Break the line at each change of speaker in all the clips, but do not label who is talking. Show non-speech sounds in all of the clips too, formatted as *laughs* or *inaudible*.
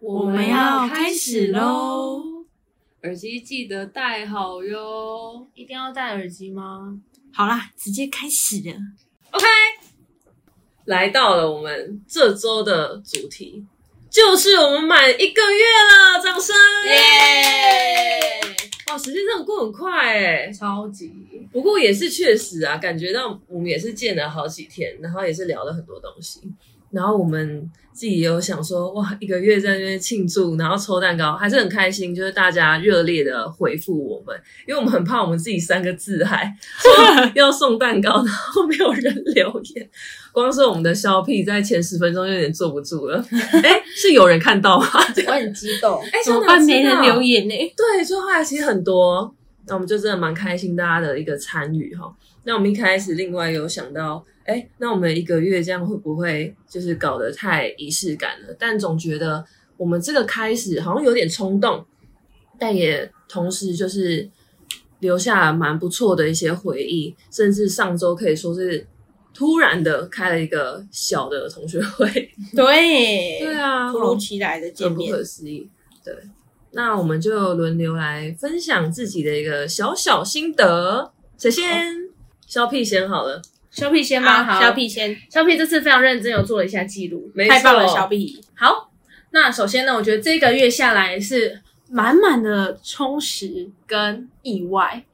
我
们要开始喽！
耳机记得戴好哟。
一定要戴耳机吗？
好啦，直接开始了。
OK，来到了我们这周的主题，就是我们满一个月了，掌声！
耶！
哇，时间真的过很快哎。
超级
不过也是确实啊，感觉到我们也是见了好几天，然后也是聊了很多东西，然后我们自己也有想说，哇，一个月在那边庆祝，然后抽蛋糕，还是很开心，就是大家热烈的回复我们，因为我们很怕我们自己三个自嗨，说要送蛋糕，然后没有人留言，光是我们的肖屁在前十分钟就有点坐不住了，哎，是有人看到吗？
我很激动，
哎，
怎么办？没人留言
言。
呢、
对，所以后来其实很多，那我们就真的蛮开心大家的一个参与哈。那我们一开始另外有想到，哎，那我们一个月这样会不会就是搞得太仪式感了？但总觉得我们这个开始好像有点冲动，但也同时就是留下蛮不错的一些回忆，甚至上周可以说是突然的开了一个小的同学会。
对
对 *laughs* 啊，
突如其来的见
很不
面，
可思议。对，那我们就轮流来分享自己的一个小小心得。谁先？肖屁先好了，
小屁先
啊
吗？好，
小，屁先，
小屁这次非常认真，有做了一下记录，
没
太棒了，
错
小屁，
好，那首先呢，我觉得这个月下来是
满满的充实跟意外，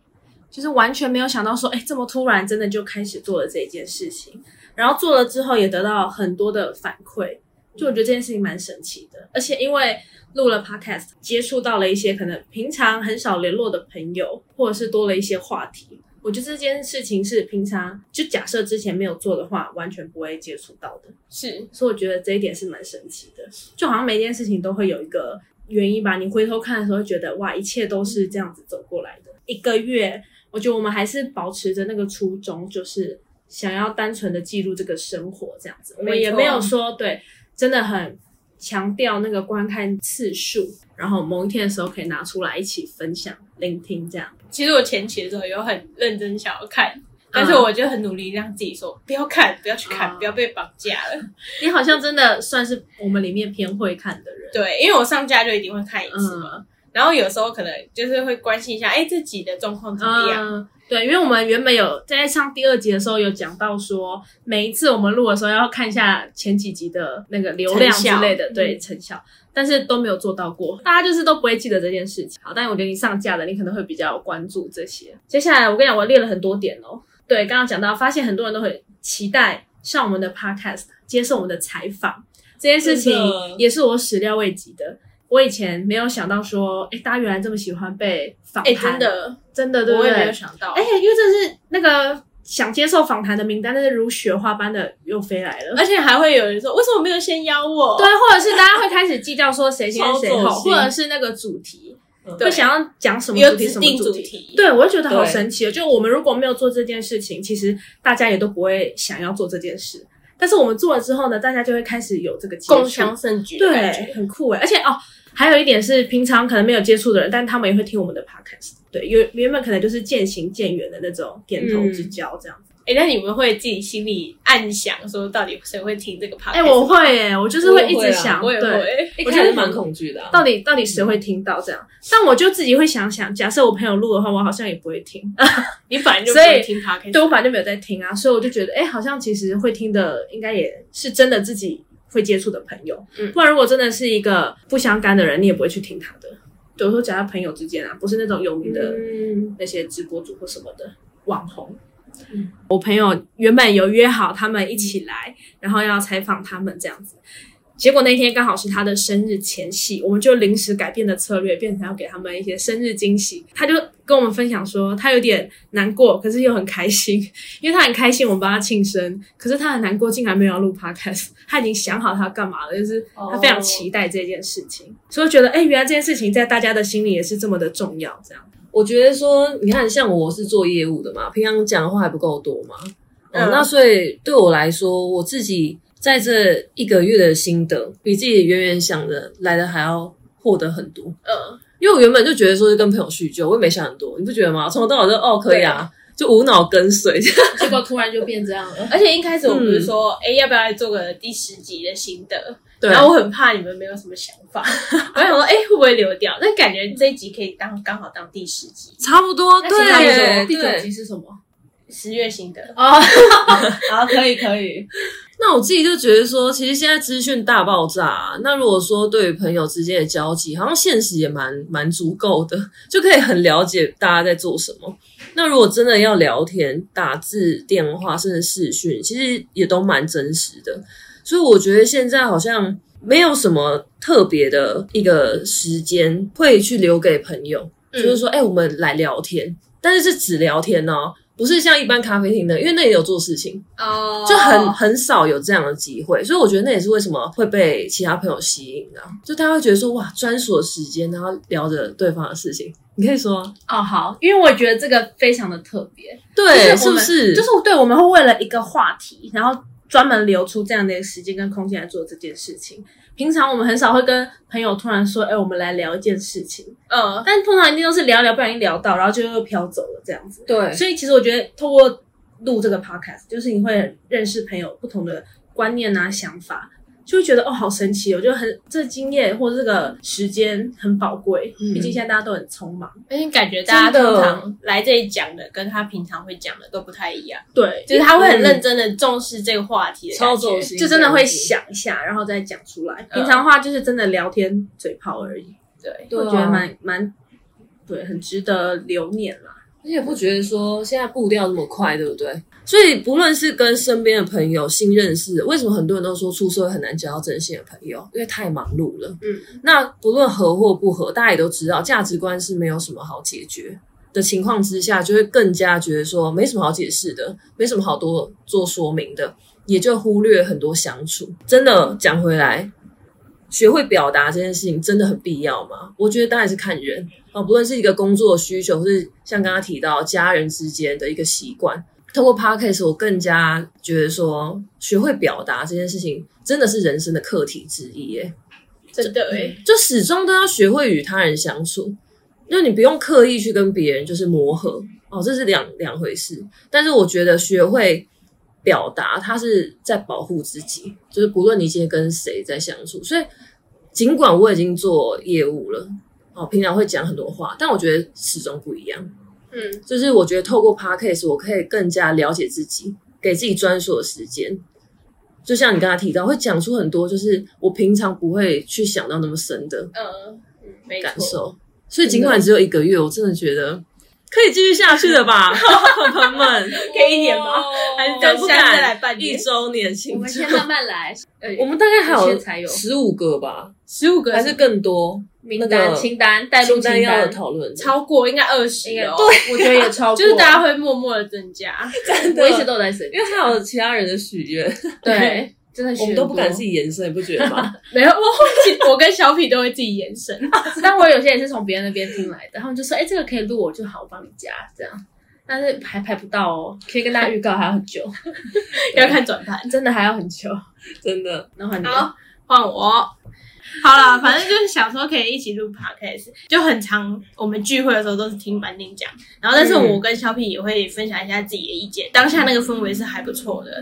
就是完全没有想到说，哎、这么突然，真的就开始做了这一件事情。然后做了之后，也得到很多的反馈，就我觉得这件事情蛮神奇的。而且因为录了 podcast，接触到了一些可能平常很少联络的朋友，或者是多了一些话题。我觉得这件事情是平常就假设之前没有做的话，完全不会接触到的。
是
所以我觉得这一点是蛮神奇的，就好像每件事情都会有一个原因吧。你回头看的时候，觉得哇，一切都是这样子走过来的。一个月，我觉得我们还是保持着那个初衷，就是想要单纯的记录这个生活这样子。我们也
没错
没有说对，真的很强调那个观看次数，然后某一天的时候可以拿出来一起分享、聆听这样。
其实我前期的时候有很认真想要看，但是我就很努力让自己说不要看，不要去看，
嗯
不要被绑架了。
你好像真的算是我们里面偏会看的人，
对，因为我上架就一定会看一次嘛。
嗯。
然后有时候可能就是会关心一下，哎，这集的状况怎么样？
嗯，对，因为我们原本有在上第二集的时候有讲到说，每一次我们录的时候要看一下前几集的那个流量之类的，
成效嗯
对成效，但是都没有做到过，大家就是都不会记得这件事情。好，但是我觉得你上架了，你可能会比较关注这些。接下来我跟你讲，我列了很多点哦。对，刚刚讲到，发现很多人都很期待上我们的 podcast，接受我们的采访，这件事情
真的
也是我始料未及的。我以前没有想到说，哎，大家原来这么喜欢被访
哎、
谈，
真的，
真的，对不
我
对？
也没有想到。
而且因为这是那个想接受访谈的名单，但是如雪花般的又飞来了。
而且还会有人说，为什么没有先邀我？
对，啊或者是大家会开始计较说谁先谁
超
后，
走心
或者是那个主题，
嗯对
会想要讲什么
有
主题
指
什么
定
主
主
题。
题，
对，我就觉得好
对
神奇哦！就我们如果没有做这件事情，其实大家也都不会想要做这件事。但是我们做了之后呢，大家就会开始有这个接触
共襄盛举的感
对，
觉。
很酷哎！而且哦，还有一点是平常可能没有接触的人，但他们也会听我们的 podcast。对，有原本可能就是渐行渐远的那种点头之交这样。
哎、那你们会自己心里暗想说，到底谁会听这个 p o
哎、我会耶，我就是会一直想，
我也
对，
会。哎
我觉得蛮恐惧的、啊。
到底到底谁会听到这样？但我就自己会想想，假设我朋友录的话，我好像也不会听，
嗯你反正就不会
所以
听 p o d
对我本来就没有在听啊，所以我就觉得，哎、好像其实会听的，应该也是真的自己会接触的朋友，
嗯
不然如果真的是一个不相干的人，你也不会去听他的。对，我说假设朋友之间啊，不是那种有名的。
嗯，
那些直播主或什么的网红。我朋友原本有约好他们一起来，然后要采访他们这样子。结果那天刚好是他的生日前夕，我们就临时改变了策略，变成要给他们一些生日惊喜。他就跟我们分享说，他有点难过，可是又很开心，因为他很开心我们帮他庆生，可是他很难过，竟然没有要录 podcast。他已经想好他要干嘛了，就是他非常期待这件事情所以我觉得，哎、原来这件事情在大家的心里也是这么的重要，这样。
我觉得说，你看，像我是做业务的嘛，平常讲的话还不够多嘛。哦，
嗯
那所以对我来说，我自己在这一个月的心得，比自己远远想的来的还要获得很多。
嗯，
因为我原本就觉得说是跟朋友叙旧，我也没想很多，你不觉得吗？从头到尾都哦可以啊，就无脑跟随，
结果突然就变这样了。
而且一开始我不是说，哎、要不要来做个第十集的心得？
对
然后我很怕你们没有什么想法，我想说，哎、会不会流掉？但感觉这一集可以当刚好当第十集，
差不多
那其他有什
*laughs* 对
么
第九
对。
集是什么？
十月心得。 *laughs*
哦，好，可以可以，
那我自己就觉得说，其实现在资讯大爆炸、那如果说对于朋友之间的交集，好像现实也蛮蛮足够的，就可以很了解大家在做什么。那如果真的要聊天，打字、电话甚至视讯，其实也都蛮真实的。所以我觉得现在好像没有什么特别的一个时间会去留给朋友，就是说，哎、我们来聊天，但是是只聊天哦，不是像一般咖啡厅的，因为那也有做事情。
哦
就很很少有这样的机会，所以我觉得那也是为什么会被其他朋友吸引的啊、就大家会觉得说哇，专属的时间，然后聊着对方的事情，你可以说啊
哦，好，因为我觉得这个非常的特别，
对，
就是
是
我
不
们
是？
就是对我们会为了一个话题，然后专门留出这样的一个时间跟空间来做这件事情。平常我们很少会跟朋友突然说，哎、我们来聊一件事情，
嗯，
但通常一定都是聊一聊，不小心聊到，然后就又飘走了这样子。
对
所以其实我觉得透过录这个 podcast，就是你会认识朋友不同的观念啊、想法，就会觉得哦，好神奇哦，就很这经验或者这个时间很宝贵，
嗯
毕竟现在大家都很匆忙。
而且感觉大家
真的
通常来这里讲的，跟他平常会讲的都不太一样，
对，
就是他会
嗯
很认真的重视这个话题的感觉，
超走心，
就真的会想一下，然后再讲出
嗯
来。平常的话就是真的聊天嘴炮而已，
对，
对啊
我觉得蛮蛮对，很值得留念啦。
而且不觉得说现在步调那么快，对不对？所以不论是跟身边的朋友、新认识的，为什么很多人都说出社会很难交到真心的朋友？因为太忙碌了。
嗯，
那不论合或不合，大家也都知道，价值观是没有什么好解决的情况之下，就会更加觉得说没什么好解释的，没什么好多做说明的，也就忽略很多相处。真的讲回来，学会表达这件事情真的很必要吗？我觉得当然是看人啊，不论是一个工作需求，或是像刚刚提到家人之间的一个习惯。透过 podcast，我更加觉得说，学会表达这件事情真的是人生的课题之一耶。
真的哎，
就始终都要学会与他人相处，因为你不用刻意去跟别人就是磨合哦，这是两两回事。但是我觉得学会表达，他是在保护自己，就是不论你今天跟谁在相处，所以尽管我已经做业务了。哦，平常会讲很多话，但我觉得始终不一样。
嗯，
就是我觉得透过 podcast，我可以更加了解自己，给自己专属的时间。就像你刚才提到，会讲出很多就是我平常不会去想到那么深的
嗯，嗯没
感
错，
受。所以尽管只有一个月，我真的觉得可以继续下去的
*laughs*
吧，朋友们，
可以一年吗？还是等
不
下次再来
敢
半
一
年？
周年庆
我们
祝
先慢慢来，呃，
我们大概还
有些才
有
有
十五个吧，
十五个
还是更多？
名
那
单
个
清单带入
清
清
单要有
单，
讨论，
超过应该二十
应该
哦，
对， *laughs* 我觉得也超过，
就是大家会默默的增加，
我一直都有在省，
因为还有其他人的许愿，
对，真的
我们
学
都不敢
多
自己延伸，你不觉得
*laughs*
吗？
没有，我会我跟小品都会自己延伸，
但我有些也是从别人那边听来的，他们就说：“哎、这个可以录，我就好，我帮你加这样。”但是还排不到哦，可以跟大家预告还要很久，
要看转盘。
真的还要很久。
真的，
然后你
好，换我。好啦，反正就是想说可以一起录 podcast，就很常我们聚会的时候都是听班定讲，然后但是我跟小品也会分享一下自己的意见，当下那个氛围是还不错的，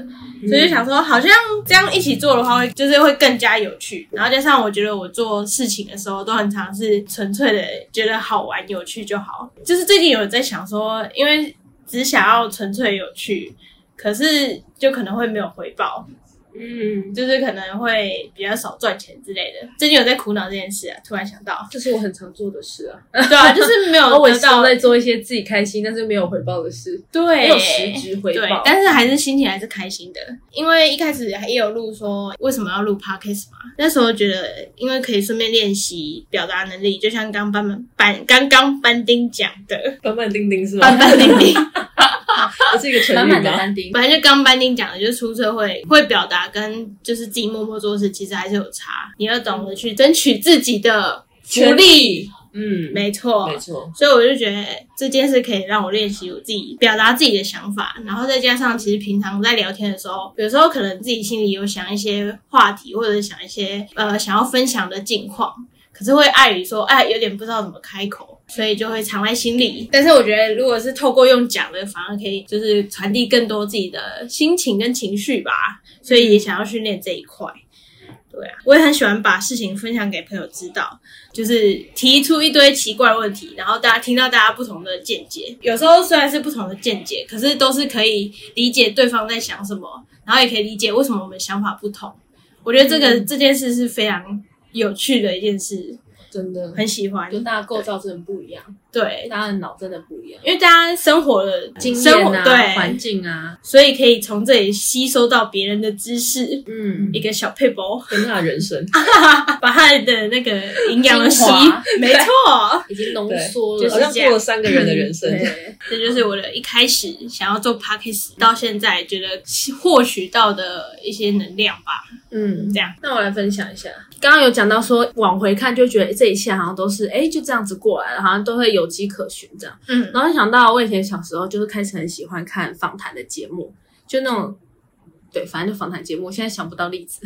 所以就想说好像这样一起做的话会就是会更加有趣，然后加上我觉得我做事情的时候都很常是纯粹的觉得好玩有趣就好，就是最近有在想说，因为只想要纯粹有趣，可是就可能会没有回报，
嗯，，
就是可能会比较少赚钱之类的。最近有在苦恼这件事啊，突然想到
这是我很常做的事啊。
对啊，就
*laughs*
是没
哦
有
我
得到
都在做一些自己开心但是没有回报的事，没
对
有实质回
对
报，。
但是还是心情还是开心的，因为一开始也有录说为什么要录 podcast 嘛，那时候觉得因为可以顺便练习表达能力，就像刚班门班刚刚班丁讲
*laughs*
的，
板板钉钉是吗？
班班丁丁，
这是一个成
满
语
满的
吗？
单丁，
*laughs* 反正就刚班丁讲的，就是出社会会表达跟就是自己默默做事，其实还是有差，你要懂得去争取自己的福利，
嗯，
没错，
没错，
所以我就觉得这件事可以让我练习我自己表达自己的想法，然后再加上其实平常在聊天的时候，有时候可能自己心里有想一些话题，或者想一些呃想要分享的近况，可是会碍于说哎有点不知道怎么开口，所以就会藏在心里。但是我觉得，如果是透过用讲的，反而可以就是传递更多自己的心情跟情绪吧。所以也想要训练这一块。对啊，我也很喜欢把事情分享给朋友知道，就是提出一堆奇怪问题，然后大家听到大家不同的见解。有时候虽然是不同的见解，可是都是可以理解对方在想什么，然后也可以理解为什么我们想法不同。我觉得这个、
嗯
这件事是非常有趣的一件事，
真的
很喜欢
就。大家构造真的不一样，
对，
大家的脑真的不一样，
因为大家生活的
经
嗯
生活
验啊，环
对，
境啊，
所以可以从这里吸收到别人的知识，
嗯，
一个小配包。 *laughs*
跟他的人生，
把他的那个营养的吸
精华，
没错，
已经浓缩了，
对就
好
是
像过了三个人的人生，
嗯
对，
这就是我的一开始想要做 podcast 到现在觉得获取到的一些能量吧。
嗯，
那我来分享一下，
刚刚有讲到说往回看，就觉得诶这一切好像都是哎、诶就这样子过来了，好像都会有迹可循这样。
嗯
然后就想到我以前小时候就是开始很喜欢看访谈的节目，就那种对，反正就访谈节目，我现在想不到例子，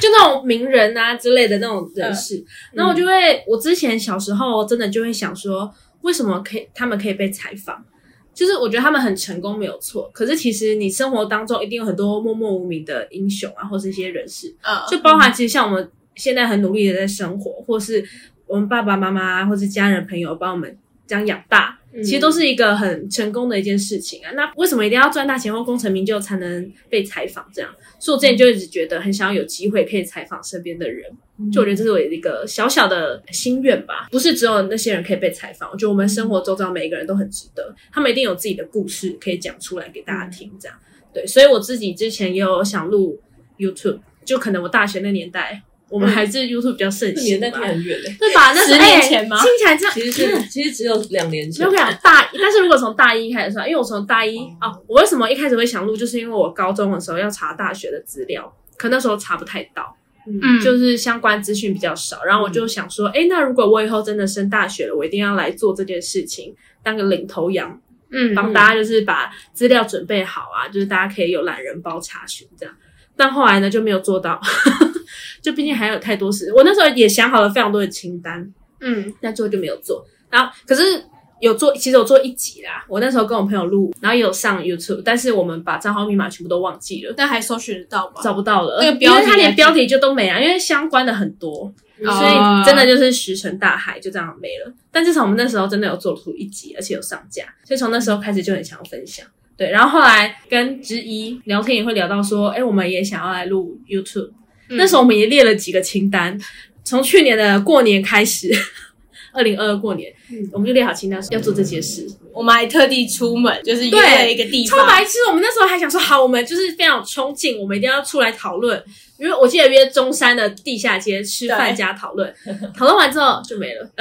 就那种名人啊之类的那种人士。然后我就会，我之前小时候真的就会想说，为什么可以他们可以被采访？就是我觉得他们很成功没有错，可是其实你生活当中一定有很多默默无名的英雄啊，或是一些人士，
呃，
就包含其实像我们现在很努力的在生活，或是我们爸爸妈妈或是家人朋友把我们这样养大，其
嗯
实都是一个很成功的一件事情啊。那为什么一定要赚大钱或功成名就才能被采访？这样，所以我之前就一直觉得很想要有机会可以采访身边的人，
嗯
就我觉得这是我一个小小的心愿吧。不是只有那些人可以被采访，我觉得我们生活周遭每一个人都很值得，他们一定有自己的故事可以讲出来给大家听，这样。对，所以我自己之前也有想录 YouTube，就可能我大学那年代，我
嗯
们还是 YouTube 比较盛
这
行
年代
吧，
挺很远的，
对吧？那时候
10年
哎
前吗
听起来这样
其实是其实只有两年
没
前
有，讲大一，但是如果从大一开始算，因为我从大一哦，我为什么一开始会想录，就是因为我高中的时候要查大学的资料，可那时候查不太到，
嗯，就
就是相关资讯比较少。然后我就想说，哎、那如果我以后真的升大学了，我一定要来做这件事情，当个领头羊，
嗯
帮大家就是把资料准备好啊，就是大家可以有懒人包查询这样。但后来呢，就没有做到， *laughs* 就毕竟还有太多事。我那时候也想好了非常多的清单，
嗯
那最后就没有做。然后可是有做，其实有做一集啦。我那时候跟我朋友录，然后也有上 YouTube，但是我们把账号密码全部都忘记了，
但还搜寻得到吧？
找不到了。
那个标题
因为它
还
连
是
标题就都没啊，因为相关的很多，
哦
所以真的就是石沉大海，就这样没了。但至少我们那时候真的有做出一集，而且有上架，所以从那时候开始就很想要分享。对，然后后来跟之一聊天也会聊到说，哎，我们也想要来录 YouTube。那时候我们也列了几个清单，从去年的过年开始， *laughs* 二零二二过年，我们就列好清单，说要做这些事。
我们还特地出门，就是约
对
了一个地
超
方，
白痴！我们那时候还想说，好，我们就是非常有冲劲，我们一定要出来讨论。因为我记得约中山的地下街吃饭加讨论，讨论完之后就没了。 *laughs*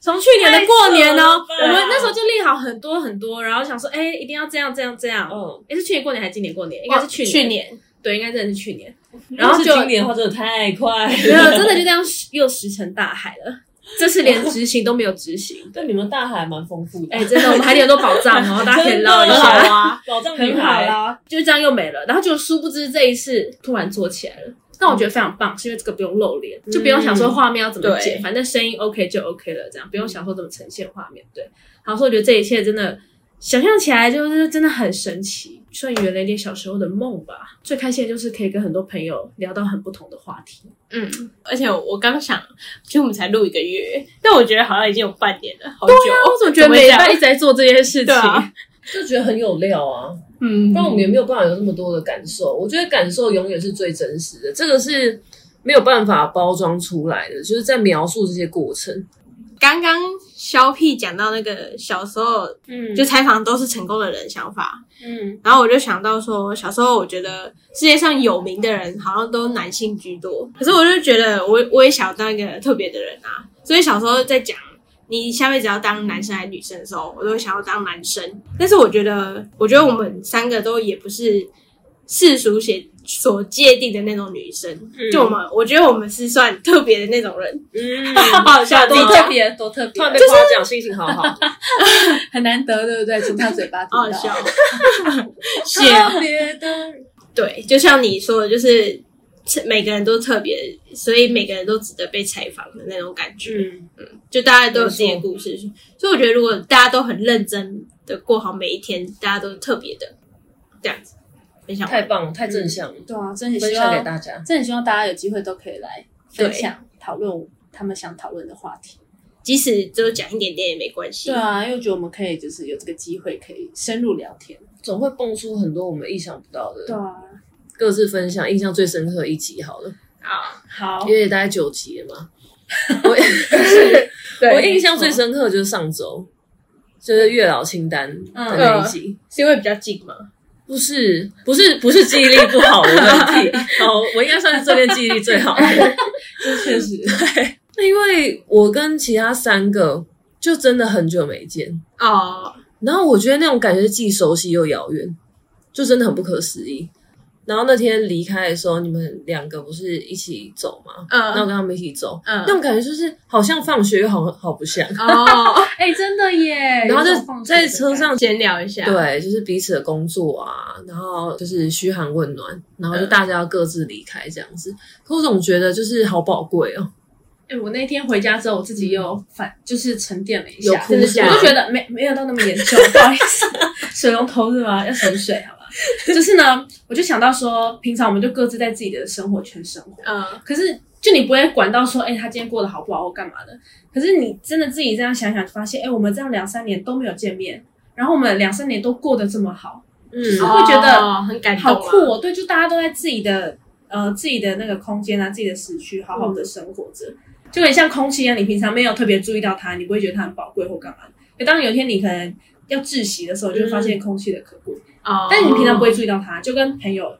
从去年的过年呢、
太扯了吧
我们那时候就列好很多很多，然后想说，哎、一定要这样这样这样。
嗯，
也、是去年过年还是今年过年？应该是去年。
哦去，年，
对，应该真的是去
*laughs*
年。然后
是
就
今年的话真的太快
没有，
了，
真的就这样又石沉大海了。这次连执行都没有执
*laughs*
行。
但你们大海还蛮丰富的，
哎、真的，我们还有很多宝藏哦，大家可以捞一
很
真
好
的
下。
啊，
宝藏女
很好
孩，
啦，就这样又没了。然后就殊不知这一次突然做起来了，但我觉得非常棒，是因为这个不用露脸，就不用想说画面要怎么剪，
对
反正声音 OK 就 OK 了，这样不用想说怎么呈现画面。对，好，所以我觉得这一切真的想象起来就是真的很神奇，算圆了一点小时候的梦吧。最开心的就是可以跟很多朋友聊到很不同的话题。
嗯，而且我刚想，其实我们才录一个月，但我觉得好像已经有半年了，好久，
我怎么觉得每
会
一
这样
半一直在做这件事情？
对啊
就觉得很有料啊。
嗯
不然我们也没有办法有那么多的感受。我觉得感受永远是最真实的，这个是没有办法包装出来的，就是在描述这些过程。
刚刚肖屁讲到那个小时候
嗯
就采访都是成功的人想法，
嗯，
然后我就想到说，小时候我觉得世界上有名的人好像都男性居多，可是我就觉得我我也想当一个特别的人啊，所以小时候在讲你下辈子要当男生还是女生的时候，我都会想要当男生，但是我觉得，我觉得我们三个都也不是世俗写所界定的那种女生，就我们，我觉得我们是算特别的那种人，
*laughs* 嗯，
好笑 *laughs* 自己讲
别，多特
突然被夸奖，心情好好，
很难得，对不对？从他嘴巴听
好好
到，
*laughs* 笑。
特别的。
对，就像你说的，就是每个人都特别，所以每个人都值得被采访的那种感觉。
嗯，
就大家都有自己的故事，所以我觉得如果大家都很认真的过好每一天，大家都特别的这样子分享。
太棒了，太正向了，
对啊，真的很
分
希
享给
望，
大家。
真的很希望大家有机会都可以来分
对
享讨论他们想讨论的话题。
即使只有讲一点点也没关系。
对啊，因为我觉得我们可以就是有这个机会可以深入聊天。
总会蹦出很多我们意想不到的，
啊，
各自分享印象最深刻的一集好了，
啊，
好
因，为大概九集了嘛。
*laughs*
我是我印象最
没错
深刻的就是上周，就是月老清单的
嗯
那一
啊
集。
是因为比较近嘛。
不是，不是，不是记忆力不好的问
*laughs*
题。哦，我应该算是这边记忆力最好的。
这确实，
那因为我跟其他三个就真的很久没见，
哦，
然后我觉得那种感觉既熟悉又遥远，就真的很不可思议。然后那天离开的时候，你们两个不是一起走吗？那我
嗯
跟他们一起走，
嗯
那，种感觉就是好像放学又好好不像，
哦， *laughs*
哎，真的耶。
然后
有种
就
放松
在
的
车
感觉，
上
闲聊一下。，
对，就是彼此的工作啊，然后就是嘘寒问暖，然后就大家要各自离开这样子。可我总觉得就是好宝贵哦，
哎，我那天回家之后，我自己又反就是沉淀了一
有
下，
哭
真的假
架
的
我就觉得没没有到那么严重，不好意思， *laughs* 水龙头是吗？要省水好吧？就是呢，我就想到说，平常我们就各自在自己的生活圈生活，
嗯，
可是就你不会管到说，哎、他今天过得好不好或干嘛的。可是你真的自己这样想想，发现，哎、我们这样两三年都没有见面，然后我们两三年都过得这么好，
嗯
会觉得
哦很感动，
好酷！哦！对，就大家都在自己的呃自己的那个空间啊，自己的时区，好好的生活着，就很像空气一样。你平常没有特别注意到它，你不会觉得它很宝贵或干嘛的。可当有一天你可能要窒息的时候，就会发现空气的可贵。
哦，
啊但你平常不会注意到它，就跟朋友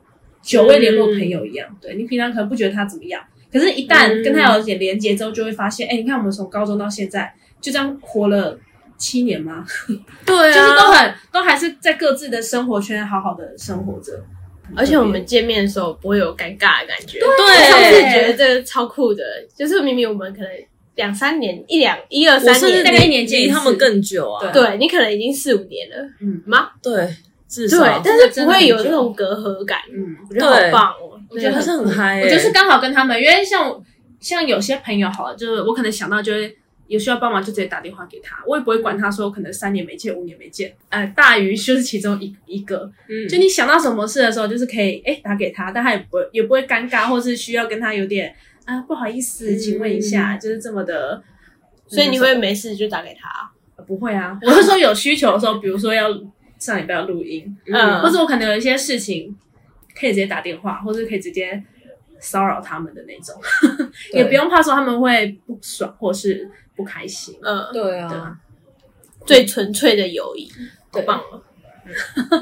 久未联络朋友一样，对你平常可能不觉得他怎么样，可是，一旦
嗯
跟他有点连接之后，就会发现，哎、你看我们从高中到现在就这样活了七年吗？
对啊
就是都很都还是在各自的生活圈好好的生活着。
而且我们见面的时候不会有尴尬的感觉。对，我上次
对，
觉得这个超酷的，就是明明我们可能两三年、一两、一二
我
三
甚至
年，
大概一年见一
离
次
他们更久啊，
对
对你可能已经四五年了
嗯
吗？
对，至
对
少，
但是不会有那种隔阂感，
嗯，
我觉得好棒哦！
我觉得好像很嗨、欸，
我就是刚好跟他们，因为像我像有些朋友好了，就是我可能想到就会有需要帮忙就直接打电话给他，我也不会管他说我可能三年没见、五年没见，呃，大鱼就是其中一一个。
嗯
就你想到什么事的时候，就是可以哎、打给他，但他也不会也不会尴尬，或是需要跟他有点啊不好意思，请问一下，就是这么的。呃
所以你会没事就打给他啊，
不会啊？我是说有需求的时候，比如说要上礼拜要录音，
嗯
或者我可能有一些事情可以直接打电话，或者可以直接骚扰他们的那种，
对
也不用怕说他们会不爽或是不开心。
嗯，
对
对
啊
啊，
最纯粹的友谊，好
对
棒哦！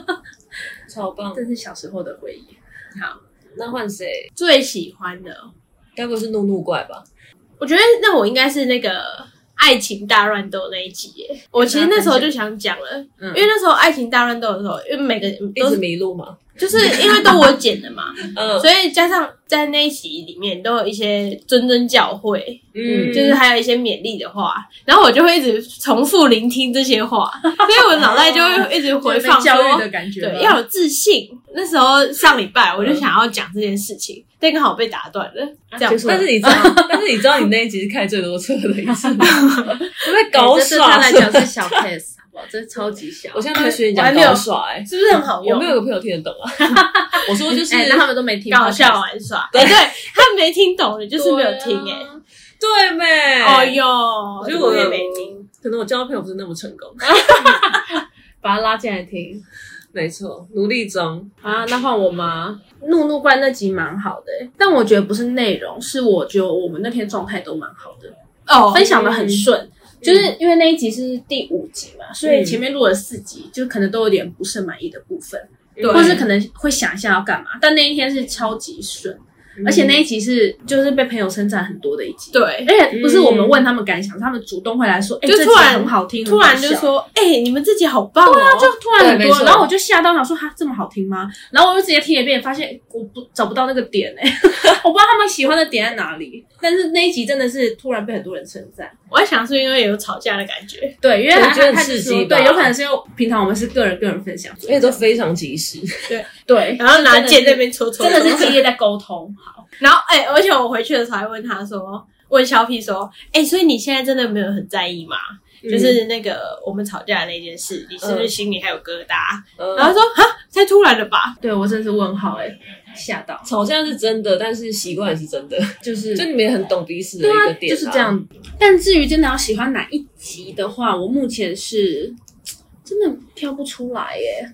超棒
这。是小时候的回忆。
那换谁？
最喜欢的，
该不会是怒怒怪吧？
我觉得那我应该是那个。爱情大乱斗那一集耶，我其实那时候就想讲了，
嗯
因为那时候爱情大乱斗的时候，因为每个
一
都
直
是
迷路嘛，
就是因为都我剪的嘛，
嗯
*laughs* 所以加上在那一集里面都有一些谆谆教诲，
嗯，
就是还有一些勉励的话，然后我就会一直重复聆听这些话，所以我脑袋就会一直回放
被教育
说，
的感觉吗，
对，要有自信。那时候上礼拜我就想要讲这件事情，但刚好被打断了，这样
结束了
但是你知道， *laughs* 但是你知道你那一集是开最多车的一 *laughs* 次吗，我被搞
这对他
耍
来
*laughs*
讲是小 case，好不好？这超级小
我。现在在学你
我还
讲
没有
搞耍、欸，
是不是很好
我
用
没？有个朋友听得懂啊。我说就是，
哎，那他们都没听
搞笑
啊
podcast
玩耍，哎对对，他没听懂的，就是没有听
对啊
哎。
对没？
哦哟，
我觉得我
也没听。
可能我交朋友不是那么成功。
把他拉进来听
*laughs* 没错，努力中。
啊。那换我吗？
怒怒怪那集蛮好的、欸，但我觉得不是内容，是我觉得我们那天状态都蛮好的，
哦，
分享的很顺。就是因为那一集是第五集嘛，所以前面录了四集，就可能都有点不是满意的部分，
对
或是可能会想一下要干嘛。但那一天是超级顺，
嗯
而且那一集是就是被朋友称赞很多的一集。，
对，
而且不是我们问他们感想，他们主动会来说，哎、
就
这集
突然
很好听，
突然就
很好笑。
说，哎，你们自己好棒
对啊，
哦，
就突然很
对没
多，
错
然后我就吓到，想说哈这么好听吗？然后我又直接听一遍，发现我不找不到那个点哎、 *laughs* 我不知道他们喜欢的点在哪里。但是那一集真的是突然被很多人称赞，
我在想是因为有吵架的感觉，
对，因为
对
他
觉得
他
很
他只
刺
说
激吧
对，有可能是因为平常我们是个人个人分享，
*laughs* 而且都非常及时。
对，
然后拿剑在那边戳戳，
真的是激烈在沟通，
好。然后哎、而且我回去的时候还问他说，问小 P 说，哎、所以你现在真的没有很在意吗？就是那个我们吵架的那件事，你是不是心里还有疙瘩？
嗯
然后他说哈，太突然了吧？
对我真是问号哎、吓到。
吵架是真的，但是习惯也是 *laughs* 真的，
就是
就你们也很懂彼此的
对
一
啊
个，点、
就是这。样。但至于真的要喜欢哪一集的话，我目前是真的挑不出来耶。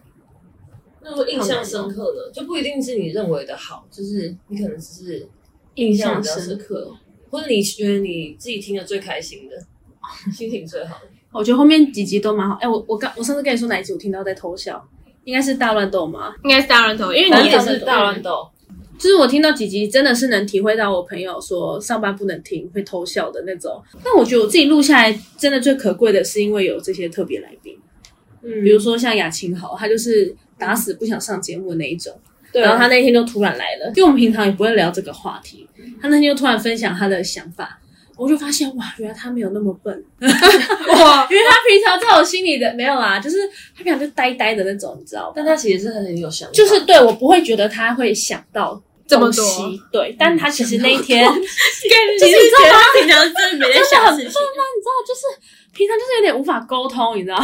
那如果印象深刻呢，就不一定是你认为的好，就是你可能只是印象比较深刻，哦或者你觉得你自己听的最开心 *laughs* 的，心情最好。
我觉得后面几集都蛮好。哎、我我刚我上次跟你说哪一集，我听到在偷笑，应该是大乱斗嘛。
应该是大乱头，因为
反
你
正
也
也
是
是大乱斗，
就是我听到几集，真的是能体会到我朋友说上班不能听会偷笑的那种。但我觉得我自己录下来，真的最可贵的是因为有这些特别来宾，
嗯
比如说像雅琴好，她就是打死不想上节目的那一种。
对啊
然后他那天就突然来了，因为我们平常也不会聊这个话题，他那天就突然分享他的想法，我就发现哇，原来他没有那么笨，
哇，
因为他平常在我心里的没有啦，就是他平常就呆呆的那种，你知道吧
但？他其实是很有想法，
就是对我不会觉得他会想到
这么
东西
多，嗯
对，但他其实那一
*laughs*
天
就是你觉得他平常真的没在想事情，
你知道，就是平常就是有点无法沟通，你知道。 *laughs*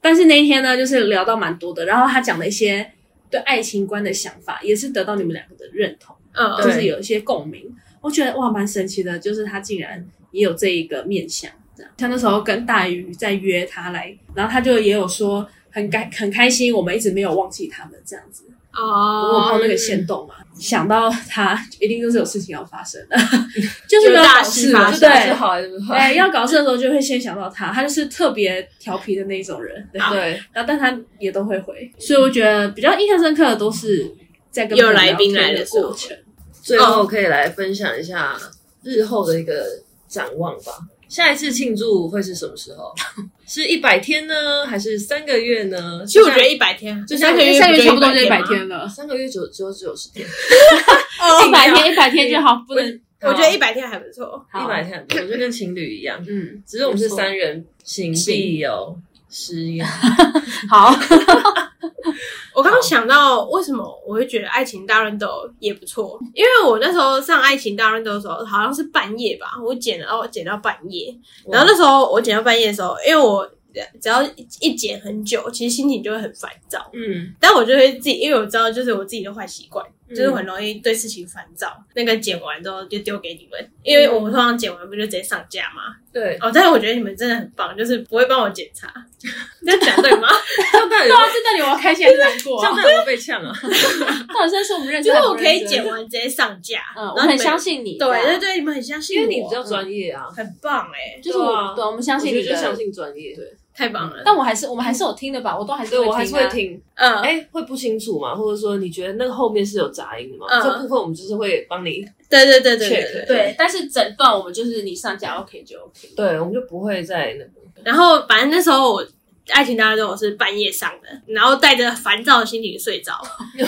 但是那一天呢，就是聊到蛮多的，然后他讲了一些对爱情观的想法，也是得到你们两个的认同。
嗯，
就是有一些共鸣。我觉得哇，蛮神奇的，就是他竟然也有这一个面相。这样，像那时候跟大鱼在约他来，然后他就也有说很开很开心，我们一直没有忘记他们这样子。我
哦
碰那个
线，
线动嘛，想到他一定就是有事情要发生 *laughs* 的，就是没有
有大
搞
事
事
发
嘛，
生
就
对
打是好还是不好？
*laughs* 哎，要搞事的时候就会先想到他，他就是特别调皮的那一种人，对。
对，
然后但他也都会回，所以我觉得比较印象深刻的都是在跟
有
朋友
来宾
聊天
来的
的
时候
过程。
最后可以来分享一下日后的一个展望吧。下一次庆祝会是什么时 *laughs* 候？是一百天呢，还是三个月呢？
其实我觉得一百天，
就
三
像
个月
三个月差不多就一
一
百
天
天
*laughs*
了。
三个月九只有九十天，
吗，
一百
哦
天，一百天就好，不能
我觉得一百天还不错，
一百天，我觉得跟情侣一样，
嗯，
只是我们是
没错
三人行必有失言。
*laughs* 好，
我刚刚想到，为什么我会觉得《爱情大乱斗》也不错？因为我那时候上《爱情大乱斗》的时候，好像是半夜吧，我剪到剪到半夜。然后那时候我剪到半夜的时候，因为我只要一剪很久，其实心情就会很烦躁。
嗯，
但我就会自己，因为我知道就是我自己的坏习惯，
嗯
就是很容易对事情烦躁。那个剪完之后就丢给你们，因为我们通常剪完不就直接上架吗？
*laughs* 对，
哦，但是我觉得你们真的很棒，就是不会帮我检查， *laughs* 这样讲对吗？
这样到 *laughs* 底有
对啊，这到底我要开心还是难过
这
啊
样？到底有没有被呛 *laughs* 啊？
到底是在说我们认识
*laughs* 就
还
是
不
我
认
可
真，
以剪完直接上架，
嗯，我
然后
很
你们
相信你，啊
对
这
对
样，
对，你们很相信
因
我，
为你比较专业啊，
很棒哎、
就是
对啊
我，对，我们相
我
信
觉
你
得就相
的，
信专业，对，
太棒了。
但我还是我们还是有听的吧，我都还是
所以我还是会
啊。
听。
嗯，
哎，会不清楚嘛？或者说你觉得那个后面是有杂音的吗？
嗯
这部分我们就是会帮你，
对对对对
check
对对。
对，但是整段我们就是你上架 OK 就 OK。
对，我们就不会再那个。
然后反正那时候我。爱情大家都我是半夜上的，然后带着烦躁的心情睡着。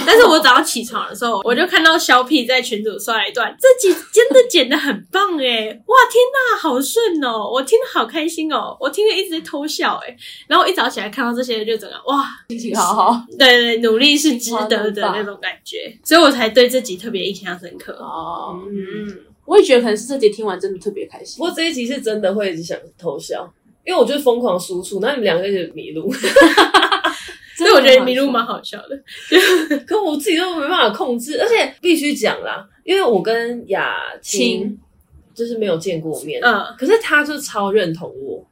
但是我早上起床的时候，我就看到小屁在群组刷了一段，这集真的剪得很棒哎、哇天呐，好顺哦！我听得好开心哦，我听得一直在偷笑哎、然后一早起来看到这些，就整个哇，
心情好好
对对，努力是值得的那种感觉，所以我才对这集特别印象深刻。
哦，
嗯，
我也觉得可能是这集听完真的特别开
不
心。
过这一集是真的会一直想偷笑，因为我就是疯狂输出，那你们两个就迷路，
所以我觉得迷路蛮好笑的。
*laughs* 可我自己都没办法控制，而且必须讲啦，因为我跟雅
亲
青就是没有见过面，
嗯
可是她就超认同我，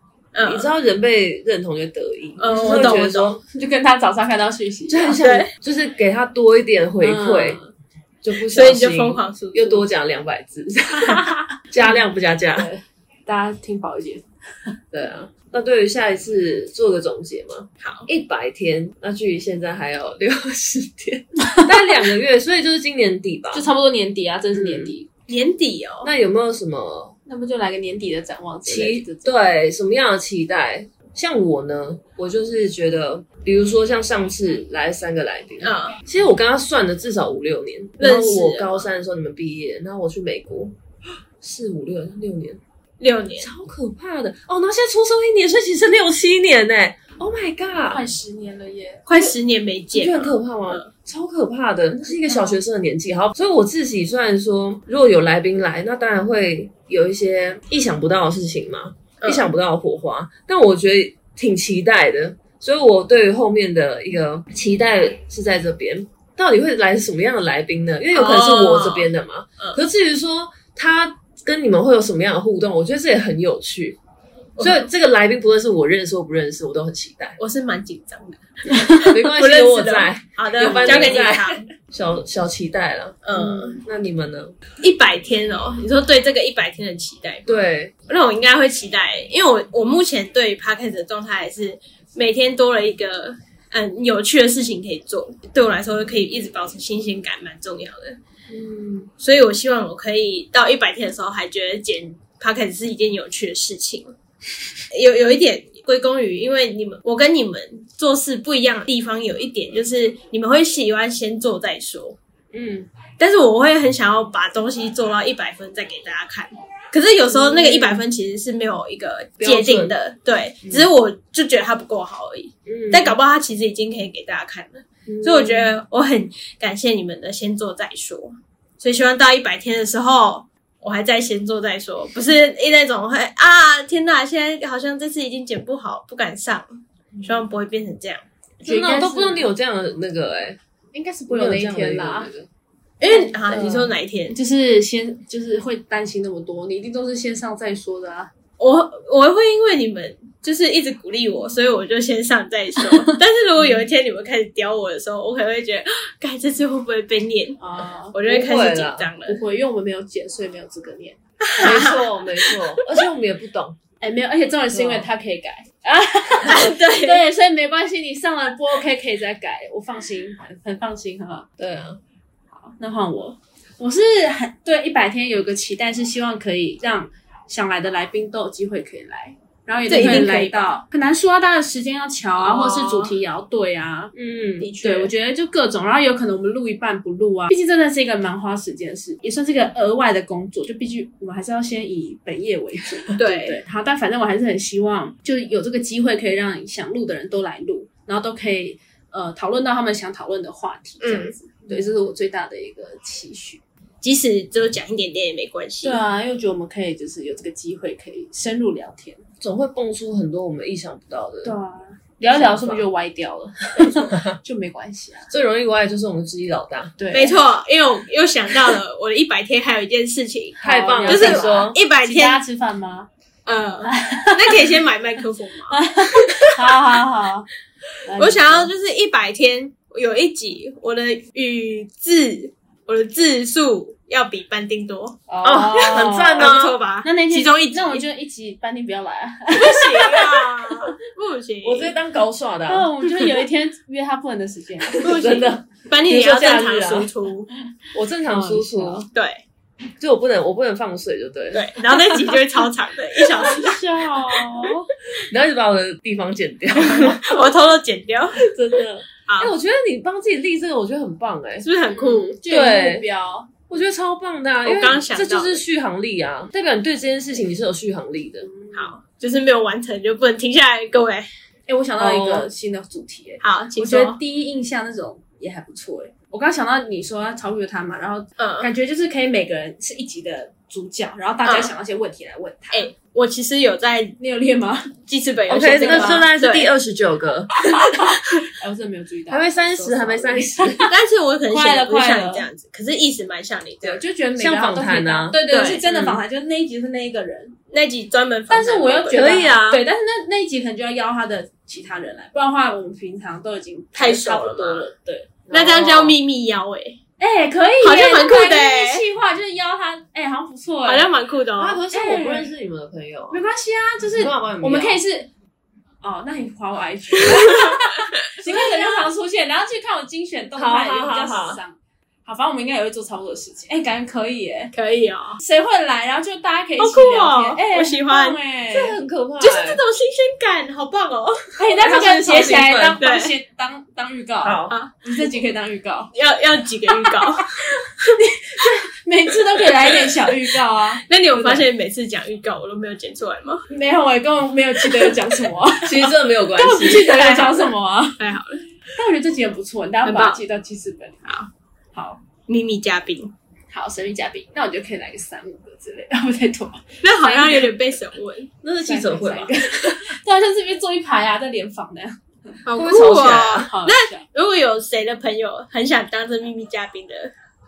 你
嗯
知，道人被认同就得意，
嗯
就是
我
会
懂
觉
我
得说
懂
就跟他早上看到讯息一
就
样，
很想
对
就是给他多一点回馈，
嗯
就不小
所以你
心
就疯狂输出
又多讲两百
*laughs*
字，加量不加价，
对大家听饱一点。
对啊。那对于下一次做个总结嘛，
好，
一百天，那距离现在还有六十天， *laughs* 大概两个月，所以就是今年底吧。
就差不多年底啊，真是年底，
年底哦，
那有没有什么
那不就来个年底的展望之类
期
的？
对什么样的期待？像我呢，我就是觉得，比如说像上次来三个来宾，
嗯，
其实我跟他算了至少五六年，
认
然
识
后
了
我高三的时候你们毕业，然后我去美国，四五六六年，
六年，
超可怕的哦！然后现在出生一年，所以其实六七年呢、o h my god，
快十年了耶，
快十年没
你觉
见嗯
得很
了。
可怕吗？超可怕的，那是一个小学生的年纪。好，所以我自己虽然说，如果有来宾来，那当然会有一些意想不到的事情嘛，
嗯
意想不到的火花。但我觉得挺期待的，所以我对于后面的一个期待是在这边，到底会来什么样的来宾呢？因为有可能是我这边的嘛。
嗯
可至于说他跟你们会有什么样的互动，我觉得这也很有趣。
嗯
所以这个来宾不论是我认识或不认识，我都很期
*laughs*
待。
我是蛮紧张的，
没关
不
系，
认识
有我
的
在，
好
有班
的，交给你
长在
扛。
小小期待了。
嗯，
那你们呢？
一百天哦，你说对这个一百天的期待吗，
对，
那我应该会期待，因为我我目前对 podcast 的状态还是每天多了一个嗯有趣的事情可以做，对我来说可以一直保持新鲜感，蛮重要的。嗯，所以我希望我可以到一百天的时候，还觉得剪 podcast 是一件有趣的事情。有有一点归功于，因为你们我跟你们做事不一样的地方，有一点就是你们会喜欢先做再说，
嗯，
但是我会很想要把东西做到一百分再给大家看。可是有时候那个一百分其实是没有一个界定的，对，只是我就觉得它不够好而已。
嗯
但搞不好它其实已经可以给大家看了，所以我觉得我很感谢你们的先做再说。所以希望到一百天的时候，我还在先做再说，不是一那种会啊天哪，现在好像这次已经剪不好，不敢上，希望不会变成这样。
真的
应该
我
是
都不知道你有这样的那个哎，
嗯应该是不
我
会有那
这
一
样的
天
一
啦
个。
因为啊，
嗯
你说哪一天？
就是先就是会担心那么多，你一定都是先上再说的啊。
我我会因为你们就是一直鼓励我，所以我就先上再说。但是如果有一天你们开始刁我的时候，我可能会觉得，该这次会不会被念？
啊，
我就会开始紧张了。
不会，因为我们没有剪，所以没有资格念。
没错没错，而且我们也不懂，
哎，没有，而且重点是因为他可以改，
对，
对，所以没关系，你上了不 OK 可以再改，我放心，很 *laughs* 很放心，很好。
对啊，
那换我，我是很对一百天有一个期待，是希望可以让想来的来宾都有机会可以来，然后也都
这一定
可
可以
来到。很难说啊，大家的时间要巧啊，
哦
或者是主题也要对啊。
嗯，
的确，
对，我觉得就各种，然后有可能我们录一半不录啊，毕竟真的是一个蛮花时间的事，也算是一个额外的工作，就必须我们还是要先以本业为主。
对，
对，好，但反正我还是很希望，就有这个机会可以让想录的人都来录，然后都可以呃讨论到他们想讨论的话题，这样子。对，这是我最大的一个期许。
即使只有讲一点点也没关系。
对啊，因为我觉得我们可以就是有这个机会可以深入聊天。
总会蹦出很多我们意想不到的。
啊，聊一聊是不是就歪掉了？ *laughs* 就没关系啊。
最容易歪的就是我们知一老大，
对，
没，错，因为我又想到了我的一百天还有一件事情，
太棒了，
就是
你说
一百
请大家，
天
吃饭吗？
呃，那可以先买麦克风吗？
好好 *laughs* 好，来
我想要就是一百天有一集，我的语字，我的字数要比班丁多，啊
哦
哦，
很赞
还不错
哦。
吧？
那那天
其中一集
那我就一起班定不要来 *laughs* 啊。
不行啊， *laughs* 不行，
我直接当搞耍的啊，
嗯那我们就有一天约他不能的时 *laughs* 间。
不
*laughs* 真
行，
的，
班丁也要正
比如说假日啊
常输出，
我正常输出，
哦
对
就我不能我不能放水就对了，
对，然后那集就会超长的，一小时，
笑哦。
然后就把我的地方剪掉，
我偷偷剪掉，
真的。
好
哎，我觉得你帮自己立这个，我觉得很棒哎，
是不是很酷？
就有目标。
我觉得超棒的、啊，
我
因为
刚想到
这
的
就是续航力啊，代表你对这件事情你是有续航力的。
好，就是没有完成就不能停下来，各位，
哎、我想到一个新的主题、哎、
好，请
我觉得
说，
第一印象那种也还不错、哎，我刚想到你说要超越他嘛，然后
嗯。
感觉就是可以每个人是一集的主角，然后大家
嗯
想到一些问题来问他。
哎、我其实有在
你有练吗？
记事本有
OK，
写这
那
个
现在是
对
第二十九个，
哎、我真的没有注意到，
还没三十，还没三
十。
十。
*laughs* 但是我可能写的不是
快
像
了
你这样子，可是意思蛮像你这
对，
样。
就觉得每个人好像都
像
可以
访谈啊
对对，
对
是真的访谈，就是那一集是那一个人，
那集专门访
但
谈
是
某
我
个人，
又觉得
可以啊
对，但是那那一集可能就要邀他的其他人来，不然的话我们平常都已经
太少
差
了
不多
嘛
了，对。
*laughs* 那这样叫秘密妖哎、
哎、可以耶，
好像蛮酷的
对
哎
就是计划就是邀他，哎、好像不错哎、
好像蛮酷的
啊，
哦。
可是像我不认识你们的朋友啊，
没关系啊，就是
没办法帮你
我们
聊
可以是。哦，那你划我 IG，你会很常常出现，然后去看我精选动态，也
好好
比较
好好
时尚。好，反正我们应该也会做差不多的事情。哎，感觉可以耶，
可以哦，
谁会来？然后就大家可以一
好
起
酷
聊天
哦，
哎，
我喜欢
很棒哎。
这很可怕欸，
就是这种新鲜感，好棒哦！
哎，那这个截起来当
对
当先当当预告，
好，
你这集可以当预告，
要要几个预告？
每次都可以来来一点小预告啊。
*laughs* 那你有发现每次讲预告我都没有剪出来吗？
没有哎、根本没有记得要讲什么、啊，
其实真的没有关
根本不
系。
记得要讲什么 *laughs* 啊。
太好了，
但我觉得这集很不错，大家
很
把它
棒
记到记事本里。
好，
好，
秘密嘉宾，
好，神秘嘉宾，那我就可以来个三五个之类的，不太多。
那好像有点被审问，
*laughs* 那是记者会
*laughs*
吧？
对啊，像这边坐一排啊，在联访的，
好酷
会不会吵起来
哦
啊！
好那
如果有谁的朋友很想当这秘密嘉宾的，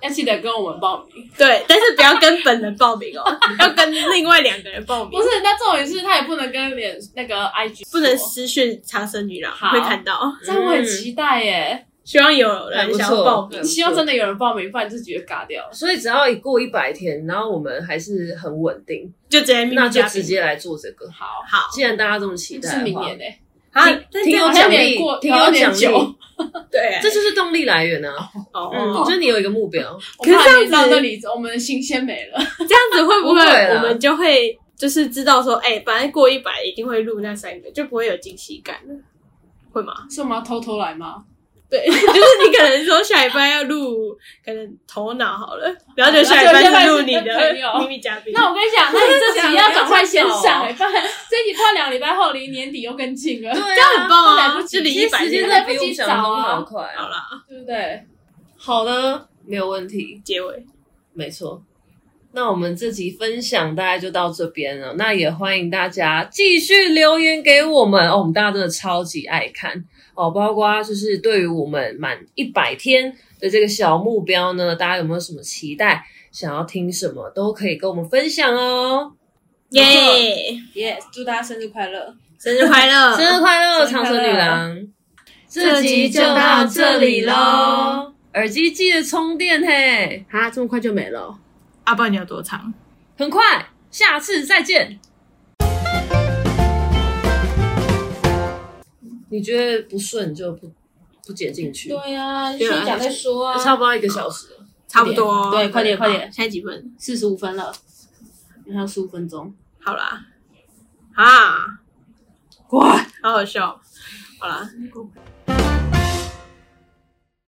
要记得跟我们报名。
*laughs* 对，但是不要跟本人报名哦，要跟另外两个人报名
不，是，那重点是他也不能跟脸那个 IG，
不能
说
私讯长生女郎
好
会看到。
这样我很期待耶，
希望有人想要报名
还不，错
希望真的有人报名，不然自己就尬掉了。
所以只要一过一百天，然后我们还是很稳定，
就直接秘
那
密
就
嘉
直
宾。
接来做这个。
好，
好，
既然大家这么期待
是
的
明
话，
年哎，
好，
挺
但
挺有
好像
奖
有点
励
过，
挺
有
有
点
奖
久
励，
对，
*laughs* 这就是动力来源啊！
哦，
嗯，就是你有一个目 *laughs* 标，
我
可是
怕
这样
你到
子
那里，我们新鲜没了。
这样子会不会
不会啦
我们就会就是知道说，哎、反正过一百一定会录那三个，就不会有惊喜感了，会吗？
是我们要偷偷来吗？
对， *laughs* 就是你可能说下一班要录，可能头脑好了，然后就下一
然后
班
就
录你
下一班是跟朋
的
友
秘密嘉
*laughs*
宾。
那我跟你讲，那你这集要赶快先上、
不
欸，不然这集快两礼拜后，离年底又更近了，
对啊，
很棒啊，
来不及
就离
其
一
实
百
时间
来
真的
不
比我
及
们想
找
象中
啊
好快啊。
好啦，
*laughs* 对不对？
好的，没有问题，
结尾
没错。那我们这集分享大概就到这边了，那也欢迎大家继续留言给我们哦，我们大家真的超级爱看哦，包括就是对于我们满一百天的这个小目标呢，大家有没有什么期待，想要听什么都可以跟我们分享哦。
耶
耶、祝大家 *laughs* 生日快乐！
生日快乐！
生日快乐，长
生日快乐
舌女郎！
啊这集就到这里咯，
耳机记得充电嘿，
啊，这么快就没了哦。
阿啊爸，你有多长？
很快，下次再见。你觉得不顺就不不剪进去，
对啊，
对啊
先讲再说啊。
差不多一个小时了。
差不多，
对快点快点
好现在几分？
四十五分了，你还有十五分钟。
好啦，啊，哇，好好笑，好啦。